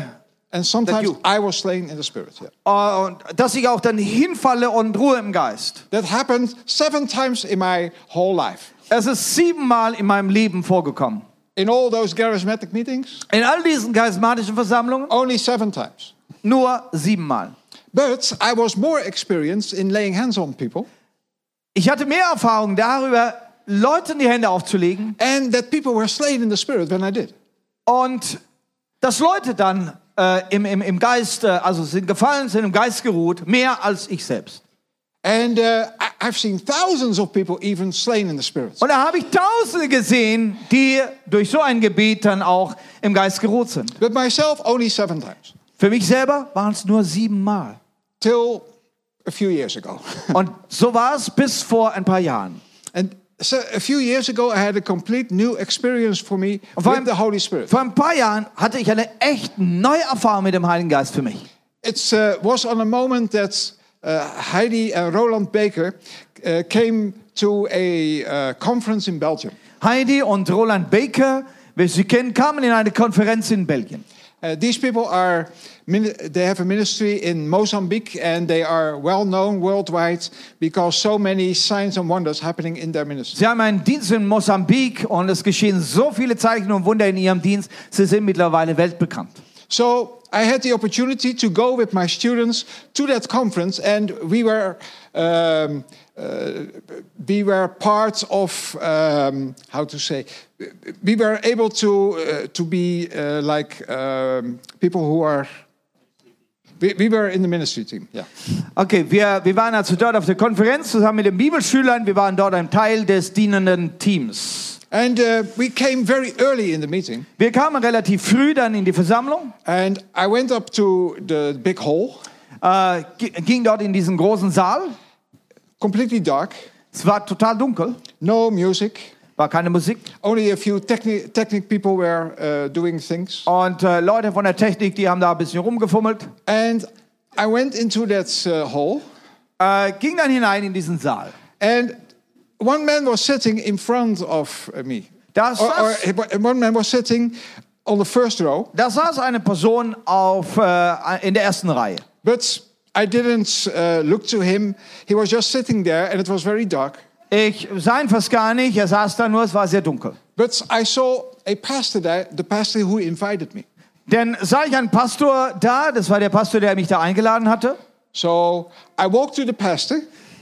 S1: And sometimes
S2: you-
S1: I was slain in the spirit. yeah.
S2: und dass ich auch dann hinfalle und Ruhe im Geist.
S1: That happened seven times in my whole life.
S2: Es ist siebenmal in meinem Leben vorgekommen.
S1: In all those charismatic meetings,
S2: In all diesen charismatischen Versammlungen
S1: only seven times.
S2: nur siebenmal.
S1: But I was more experienced in laying hands on people
S2: Ich hatte mehr Erfahrung darüber, Leuten die Hände aufzulegen
S1: and that people were slain in the spirit when I did.
S2: und dass Leute dann äh, im, im, im Geist, äh, also sind gefallen, sind im Geist geruht, mehr als ich selbst.
S1: And uh, I- I've seen thousands of people even slain in the spirit.
S2: Und da habe ich Tausende gesehen, die durch so ein Gebet dann auch im Geist geruht sind.
S1: But myself, only seven times.
S2: Für mich selber waren es nur siebenmal.
S1: Till a few years ago.
S2: Und so war es bis vor ein paar Jahren.
S1: And So a few years ago, I had a complete new experience for me
S2: vor
S1: with
S2: allem-
S1: the Holy Spirit.
S2: Vor ein paar Jahren hatte ich eine echt neue Erfahrung mit dem Heiligen Geist für mich.
S1: It uh, was on a moment that uh, Heidi and Roland Baker uh, came to a uh, conference in Belgium.
S2: Heidi und Roland Baker, wer Sie kennen, kamen in eine Konferenz in Belgien.
S1: Uh, these people are, mini- they have a ministry in Mozambique and they are well known worldwide because so many signs and wonders happening in their ministry.
S2: Sie haben einen Dienst in Mosambik und es geschehen so viele Zeichen und Wunder in Ihrem Dienst. Sie sind mittlerweile weltbekannt.
S1: So I had the opportunity to go with my students to that conference and we were, um, uh, we were part of, um, how to say, we were able to, uh, to be uh, like um, people who are, we, we were in the ministry team, yeah.
S2: Okay, wir, wir waren also dort auf der Konferenz zusammen mit den Bibelschülern. Wir waren dort ein Teil des dienenden Teams.
S1: And uh, we came very early in the meeting.
S2: Wir kamen relativ früh dann in die Versammlung,
S1: And I went up to the big hall,
S2: äh, g- ging dort in diesen großen Saal.
S1: completely dark,
S2: Es war total dunkel,
S1: no music,
S2: war keine Musik.
S1: only a few techni- technic people were uh, doing things.
S2: Und äh, Leute von der Technik, die haben da ein bisschen rumgefummelt.
S1: And I went into that uh, hall,
S2: Äh, ging dann hinein in diesen Saal.
S1: and one man was sitting in front of uh, me.
S2: Daar
S1: Or- or
S2: zat-
S1: he wa- one man was sitting on the first row,
S2: Da saß eine Person auf, äh, in der ersten Reihe.
S1: but I didn't uh, look to him. He was just sitting there, and it was very dark.
S2: Ich sah ihn fast gar nicht, er saß da nur, es war sehr dunkel.
S1: But I saw a pastor there, the pastor who invited me.
S2: Dann sah ich einen Pastor da, das war der Pastor, der mich da eingeladen hatte.
S1: So I walked to the pastor,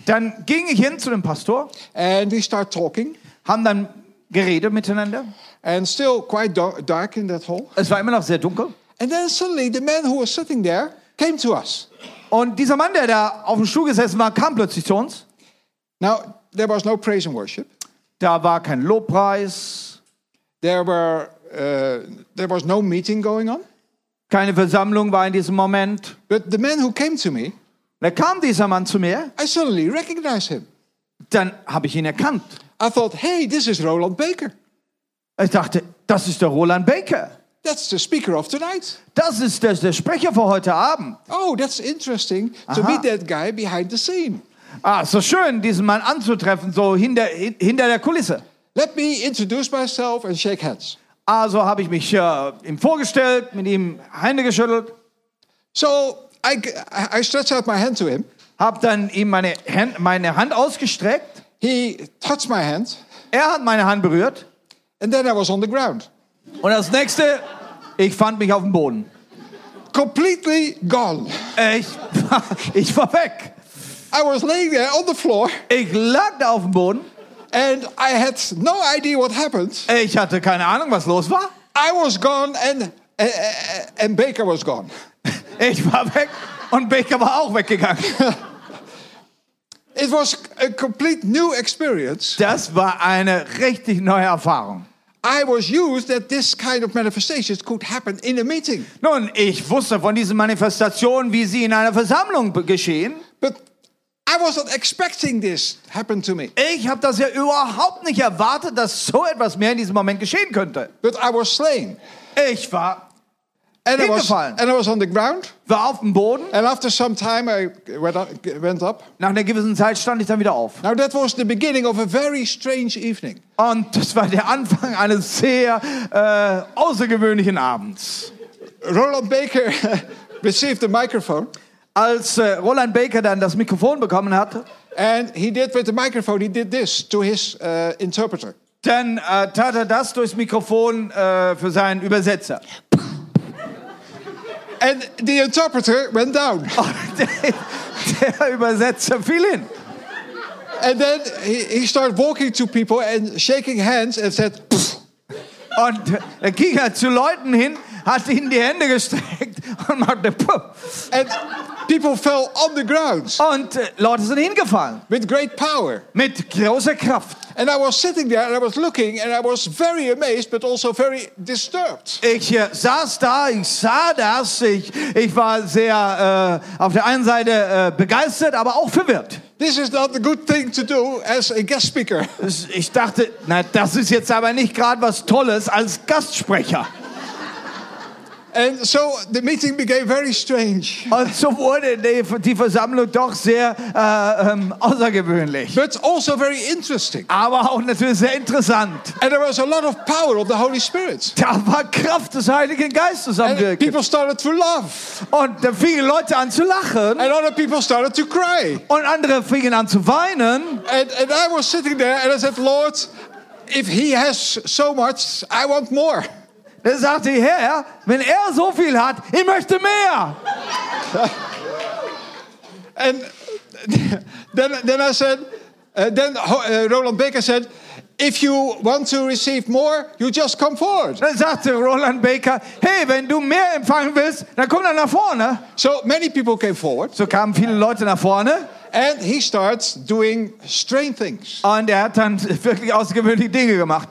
S2: Dann ging ich hin zu dem Pastor,
S1: and we start talking.
S2: haben dann geredet miteinander.
S1: And still quite do- dark in that hall.
S2: Es war immer noch sehr dunkel.
S1: And then suddenly the man who was sitting there came to us.
S2: Und dieser Mann, der da auf dem Stuhl gesessen war, kam plötzlich zu uns.
S1: Now, there was no praise and worship.
S2: Da war kein Lobpreis,
S1: There, were, uh, there was no meeting going on.
S2: keine Versammlung war in diesem Moment.
S1: But the man who came to me,
S2: Da kam dieser Mann zu mir,
S1: I suddenly recognized him.
S2: dann habe ich ihn erkannt.
S1: I thought, hey, this is Roland Baker.
S2: Ich dachte, das ist der Roland Baker.
S1: That's the speaker of tonight.
S2: Das ist der, der Sprecher für heute Abend.
S1: Oh, that's interesting to
S2: Aha.
S1: meet that guy behind the scene.
S2: Ah, so schön, diesen Mann anzutreffen, so hinter, hin, hinter der Kulisse.
S1: Let me introduce myself and shake hands.
S2: Also habe ich mich äh, ihm vorgestellt, mit ihm Hände geschüttelt,
S1: So I, g- I I stretched out my hand to him.
S2: habe dann ihm meine Hand, meine Hand ausgestreckt.
S1: He touched my hand,
S2: Er hat meine Hand berührt.
S1: and then I was on the ground.
S2: Und das nächste, ich fand mich auf dem Boden.
S1: completely gone.
S2: Ich, ich war weg.
S1: I was laying there on the floor
S2: Ich lag da auf dem Boden.
S1: and I had no idea what happened.
S2: Ich hatte keine Ahnung, was los war.
S1: I was gone and uh, and Baker was gone.
S2: Ich war weg und Baker war auch weggegangen.
S1: It was a complete new experience.
S2: Das war eine richtig neue Erfahrung.
S1: I was used that this kind of manifestations could happen in a meeting,
S2: Nun, ich wusste von diesen Manifestationen, wie sie in einer Versammlung be- geschehen.
S1: but I was not expecting this to happen to me.
S2: Ich habe das ja überhaupt nicht erwartet, dass so etwas mehr in diesem Moment geschehen könnte.
S1: But I was slain
S2: Ich war,
S1: and I was
S2: Hingefallen.
S1: and I was on the ground.
S2: war auf dem Boden.
S1: And after some time, I went up. Went up.
S2: Nach einer gewissen Zeit stand ich dann wieder auf.
S1: Now that was the beginning of a very strange evening.
S2: Und das war der Anfang eines sehr äh, außergewöhnlichen Abends.
S1: Roland Baker received the microphone,
S2: Als äh, Roland Baker dann das Mikrofon bekommen hatte,
S1: and he did with the microphone. He did this to his uh, interpreter.
S2: dann äh, tat er das durchs Mikrofon äh, für seinen Übersetzer.
S1: And the interpreter went down.
S2: Und der, der Übersetzer fiel hin.
S1: And then he, he started walking to people and shaking hands and said, "Pff."
S2: Und er ging er zu Leuten hin, hat ihnen die Hände gestreckt und machte Puff.
S1: and people fell on the ground
S2: Und äh, Leute sind hingefallen.
S1: with great power.
S2: Mit großer Kraft.
S1: And I was sitting there and I was looking and I was very amazed, but also very disturbed.
S2: Ich äh, saß da, ich sah das. Ich, ich war sehr äh, auf der einen Seite äh, begeistert, aber auch verwirrt.
S1: Thi- This is not a good thing to do as a guest speaker.
S2: Es- Ich dachte, na, das ist jetzt aber nicht gerade was Tolles als Gastsprecher.
S1: And so the meeting became very strange.
S2: Und so wurde die, die Versammlung doch sehr äh, ähm, außergewöhnlich.
S1: But also very interesting.
S2: Aber auch natürlich sehr interessant.
S1: And there was a lot of power of the Holy Spirit.
S2: Da war Kraft des Heiligen Geistes am
S1: And
S2: Wirken.
S1: people started to laugh.
S2: Und da fingen Leute an zu lachen.
S1: And other people started to cry.
S2: Und andere fingen an zu weinen.
S1: And, and I was sitting there and I said, Lord, if he has so much, I want more.
S2: Da sagte ich, Herr, wenn er so viel hat, ich möchte mehr.
S1: And then, then I said, uh, then Ho- uh, Roland Baker said, if you want to receive more, you just come forward.
S2: Dann sagte Roland Baker, hey, wenn du mehr empfangen willst, dann komm dann nach vorne.
S1: So many people came forward
S2: So kamen viele Leute nach vorne.
S1: and he starts doing strange things.
S2: Und er hat dann wirklich außergewöhnliche Dinge gemacht.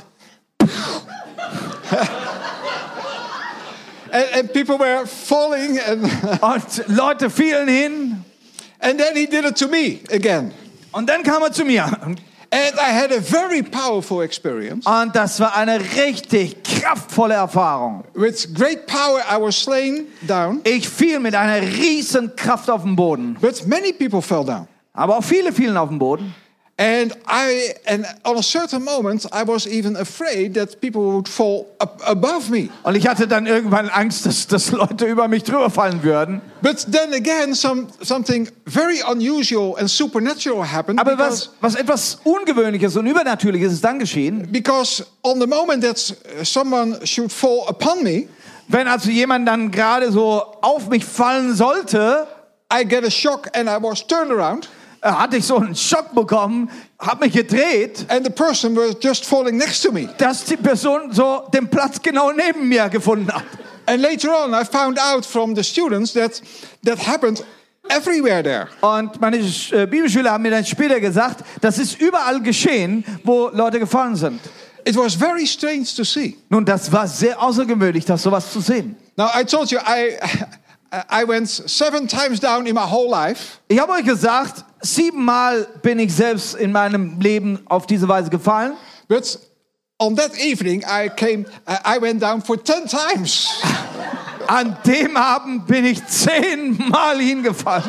S1: And, and people were falling and,
S2: Und Leute fielen hin.
S1: and then he did it to me again.
S2: Und dann kam er zu mir.
S1: And I had a very powerful experience.
S2: Und das war eine richtig kraftvolle Erfahrung.
S1: With great power, I was slain down,
S2: Ich fiel mit einer riesen Kraft auf den Boden.
S1: but many people fell down.
S2: Aber auch viele fielen auf den Boden.
S1: And I, and on a certain moment, I was even afraid that people would fall up above me.
S2: Und ich hatte dann irgendwann Angst, dass, dass Leute über mich drüber fallen würden.
S1: But then again, some something very unusual and supernatural happened.
S2: Aber
S1: because,
S2: was, was etwas Ungewöhnliches und Übernatürliches ist dann geschehen.
S1: because on the moment that s- someone should fall upon me,
S2: Wenn also jemand dann gerade so auf mich fallen sollte,
S1: I get a shock and I was turned around,
S2: äh, hatte ich so einen Schock bekommen, habe mich gedreht,
S1: and the person was just falling next to me.
S2: dass die Person so den Platz genau neben mir gefunden hat.
S1: And later on, I found out from the students that that happened everywhere there.
S2: Und meine Sch- äh, Bibelschüler haben mir dann später gesagt, das ist überall geschehen, wo Leute gefallen sind.
S1: It was very strange to see.
S2: Nun, das war sehr außergewöhnlich, das sowas zu sehen.
S1: Now I told you I I went seven times down in my whole life,
S2: Ich habe euch gesagt, siebenmal bin ich selbst in meinem Leben auf diese Weise gefallen.
S1: but on that evening I came I I went down for ten times.
S2: An dem Abend bin ich zehnmal hingefallen.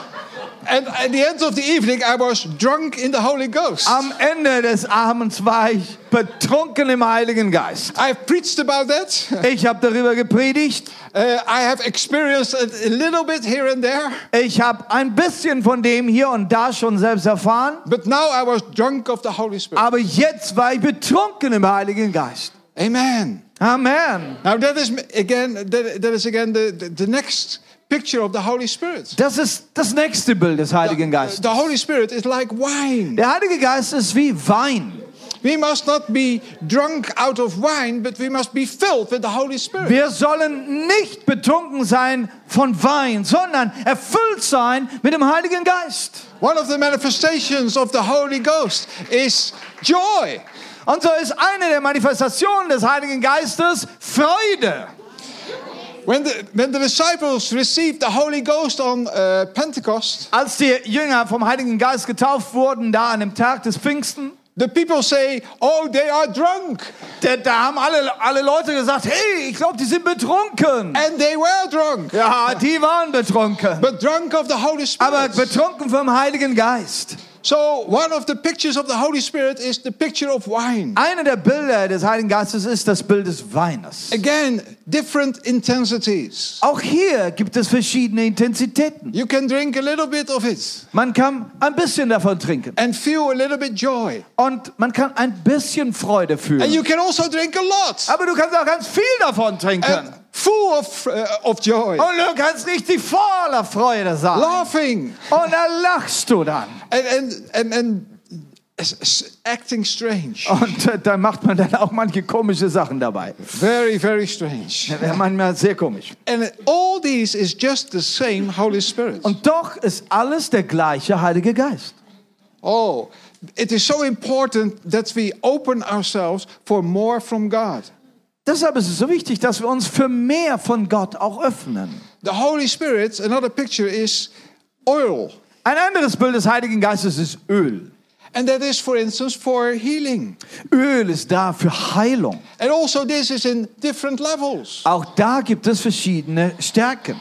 S1: And at the end of the evening, I was drunk in the Holy Ghost.
S2: Am Ende des Abends war ich betrunken im Heiligen Geist.
S1: I've preached about that.
S2: Ich habe darüber gepredigt.
S1: Uh, I have experienced it a little bit here and there.
S2: Ich habe ein bisschen von dem hier und da schon selbst erfahren.
S1: But now I was drunk of the Holy Spirit.
S2: Aber jetzt war ich betrunken im Heiligen Geist.
S1: Amen.
S2: Amen.
S1: Now that is again that, that is again the, the, the next picture of the Holy Spirit.
S2: Das ist das nächste Bild des Heiligen Geistes.
S1: The Holy Spirit is like wine.
S2: Der Heilige Geist ist wie Wein.
S1: We must not be drunk out of wine, but we must be filled with the Holy Spirit.
S2: Wir sollen nicht betrunken sein von Wein, sondern erfüllt sein mit dem Heiligen Geist.
S1: One of the manifestations of the Holy Ghost is joy.
S2: Und so ist eine der Manifestationen des Heiligen Geistes Freude.
S1: When the, when the disciples received the Holy Ghost on uh, Pentecost,
S2: Als die Jünger vom Heiligen Geist getauft wurden, da an dem Tag des Pfingsten,
S1: the people say, Oh, they are drunk.
S2: da, da haben alle, alle Leute gesagt, hey, ich glaube, die sind betrunken.
S1: And they were drunk,
S2: Ja, die waren betrunken.
S1: but drunk of the Holy
S2: Aber
S1: Spirit.
S2: betrunken vom Heiligen Geist.
S1: So, one of the pictures of the Holy Spirit is the picture of wine.
S2: Eine der Bilder des Heiligen Geistes ist das Bild des Weines.
S1: Again, different intensities.
S2: Auch hier gibt es verschiedene Intensitäten.
S1: You can drink a little bit of it
S2: Man kann ein bisschen davon trinken
S1: and feel a little bit joy.
S2: und man kann ein bisschen Freude
S1: And
S2: fühlen.
S1: you can also drink a lot
S2: Aber du kannst auch ganz viel davon trinken.
S1: and full of, uh, of joy,
S2: Und du kannst richtig voller Freude sein.
S1: laughing
S2: Und dann lachst du dann.
S1: and, and, and, and s- s- acting strange.
S2: Und äh, dann macht man dann auch manche komische Sachen dabei.
S1: Very, very strange.
S2: Das wäre manchmal sehr komisch.
S1: And all these is just the same Holy Spirit.
S2: Und doch ist alles der gleiche Heilige Geist.
S1: Oh, it is so important that we open ourselves for more from God.
S2: Deshalb ist es so wichtig, dass wir uns für mehr von Gott auch öffnen.
S1: The Holy Spirit, another picture is oil.
S2: Ein anderes Bild des Heiligen Geistes ist Öl.
S1: And that is, for instance, for healing.
S2: Öl ist da für Heilung.
S1: And also, this is in different levels.
S2: Auch da gibt es verschiedene Stärken.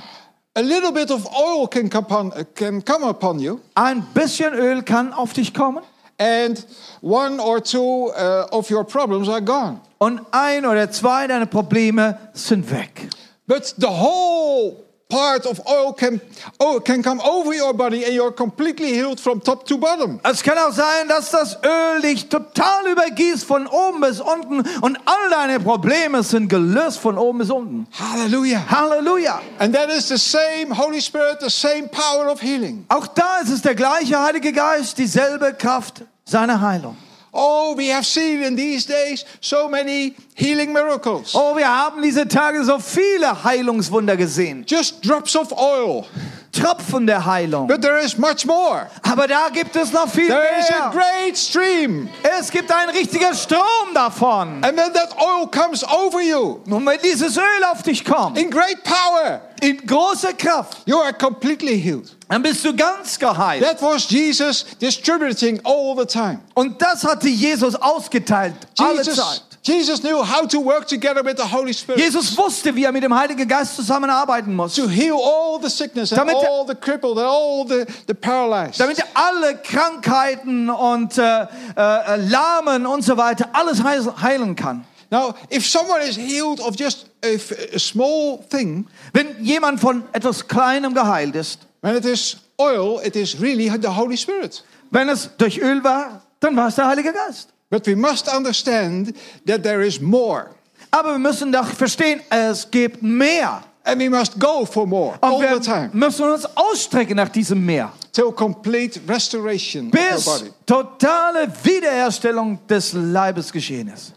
S1: A little bit of oil can come upon, uh, can come upon you,
S2: Ein bisschen Öl kann auf dich kommen
S1: and one or two uh, of your problems are gone.
S2: und ein oder zwei deiner Probleme sind weg.
S1: But the whole part of oil can, oh, can come over your body, and you're completely healed from top to bottom.
S2: Es kann auch sein, dass das Öl dich total übergießt von oben bis unten und all deine Probleme sind gelöst von oben bis unten.
S1: Hallelujah.
S2: Halleluja!
S1: And that is the same Holy Spirit, the same power of healing.
S2: Auch da ist es der gleiche Heilige Geist, dieselbe Kraft seiner Heilung.
S1: Oh, we have seen in these days so many healing miracles.
S2: Oh, wir haben diese Tage so viele Heilungswunder gesehen.
S1: Just drops of oil.
S2: Tropfen der Heilung.
S1: But there is much more.
S2: Aber da gibt es noch viel
S1: There is a
S2: mehr.
S1: great stream.
S2: Es gibt einen richtigen Strom davon.
S1: And when that oil comes over you
S2: Und wenn dieses Öl auf dich kommt,
S1: in great power,
S2: in großer Kraft,
S1: you are completely healed.
S2: dann bist du ganz geheilt.
S1: That was Jesus distributing all the time.
S2: Und das hatte Jesus ausgeteilt, alle
S1: Jesus,
S2: Zeit.
S1: Jesus knew how to work together with the Holy Spirit
S2: Jesus wusste, wie er mit dem Heiligen Geist zusammenarbeiten muss,
S1: to heal all the sickness and
S2: Damit er-
S1: all the crippled and all the, the paralyzed.
S2: damit er alle Krankheiten und äh, äh, Lahmen und so weiter alles heis- heilen kann.
S1: Now, if someone is healed of just a, f- a small thing,
S2: Wenn jemand von etwas Kleinem geheilt ist,
S1: when it is oil, it is really the Holy Spirit.
S2: wenn es durch Öl war, dann war es der Heilige Geist.
S1: But we must understand that there is more,
S2: Aber wir müssen doch verstehen, es gibt mehr.
S1: and we must go for more all
S2: Und
S1: the
S2: wir
S1: time
S2: müssen uns ausstrecken nach diesem Meer.
S1: till complete restoration of our
S2: Bis
S1: body.
S2: totale Wiederherstellung des Leibes geschehen ist.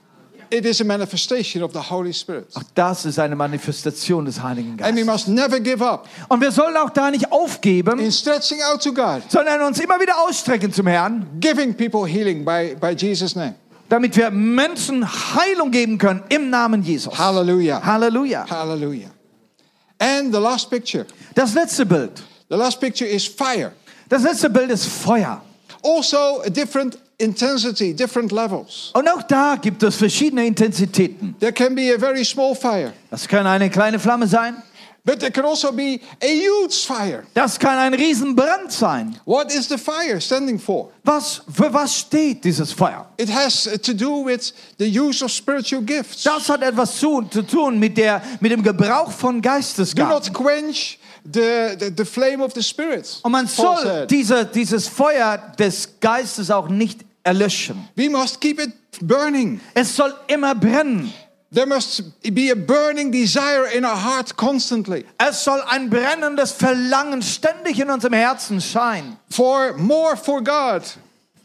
S1: It is a manifestation of the Holy Spirit.
S2: Das ist eine Manifestation des Heiligen
S1: And we
S2: Geistes.
S1: must never give up
S2: Und wir sollen auch da nicht aufgeben,
S1: in stretching out to God,
S2: sondern uns immer wieder ausstrecken zum Herrn,
S1: giving people healing by, by Jesus' name.
S2: damit wir Menschen Heilung geben können im Namen Jesus.
S1: Hallelujah.
S2: Halleluja.
S1: Hallelujah. And the last picture.
S2: Das letzte Bild.
S1: The last picture is fire.
S2: Das letzte Bild ist Feuer.
S1: also a different intensity, different levels.
S2: Und auch da gibt es verschiedene Intensitäten.
S1: There can be a very small fire,
S2: Das kann eine kleine Flamme sein.
S1: but there can also be a huge fire.
S2: Das kann ein Riesenbrand sein.
S1: What is the fire standing for?
S2: Was, für was steht dieses Feuer?
S1: It has to do with the use of spiritual gifts. Do
S2: Das hat etwas zu, zu tun mit, der, mit dem Gebrauch von Geistesgaben.
S1: not quench the, the, the flame of the Spirit.
S2: Und Oh, man
S1: Paul
S2: soll
S1: said.
S2: diese, dieses Feuer des Geistes auch nicht erlöschen.
S1: We must keep it burning.
S2: Es soll immer brennen.
S1: There must be a burning desire in our heart constantly
S2: Es soll ein brennendes Verlangen ständig in unserem Herzen scheinen.
S1: for more for God,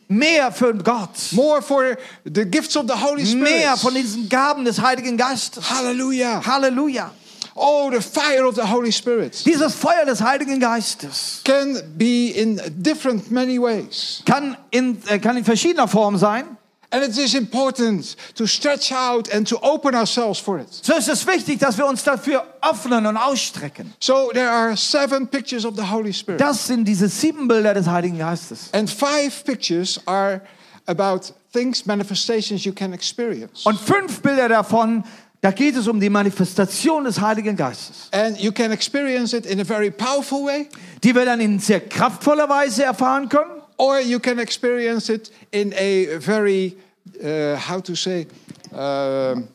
S2: Mehr für Gott.
S1: more for the gifts of the Holy
S2: Mehr von
S1: Spirit.
S2: diesen Gaben des Heiligen Geistes.
S1: Hallelujah.
S2: Halleluja.
S1: Oh, the fire of the Holy Spirit
S2: Dieses Feuer des Heiligen Geistes
S1: can be in different many ways.
S2: kann in, äh, kann in verschiedener Form sein.
S1: And it is important to stretch out and to open ourselves for it.
S2: So ist es wichtig, dass wir uns dafür öffnen und ausstrecken.
S1: So there are seven pictures of the Holy Spirit.
S2: Das sind diese sieben Bilder des Heiligen Geistes.
S1: And five pictures are about things, manifestations you can experience.
S2: Und fünf Bilder davon, da geht es um die Manifestation des Heiligen Geistes,
S1: And you can experience it in a very powerful way,
S2: die wir dann in sehr kraftvoller Weise erfahren können.
S1: or you can experience it in a very, uh, how to say, um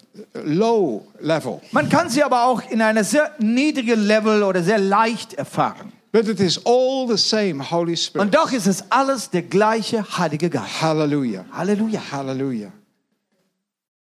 S1: low level.
S2: Man kann sie aber auch in einer sehr niedrigen Level oder sehr leicht erfahren.
S1: But it is all the same Holy Spirit.
S2: Und doch ist es alles der gleiche Heilige Geist.
S1: Hallelujah.
S2: Halleluja.
S1: Hallelujah.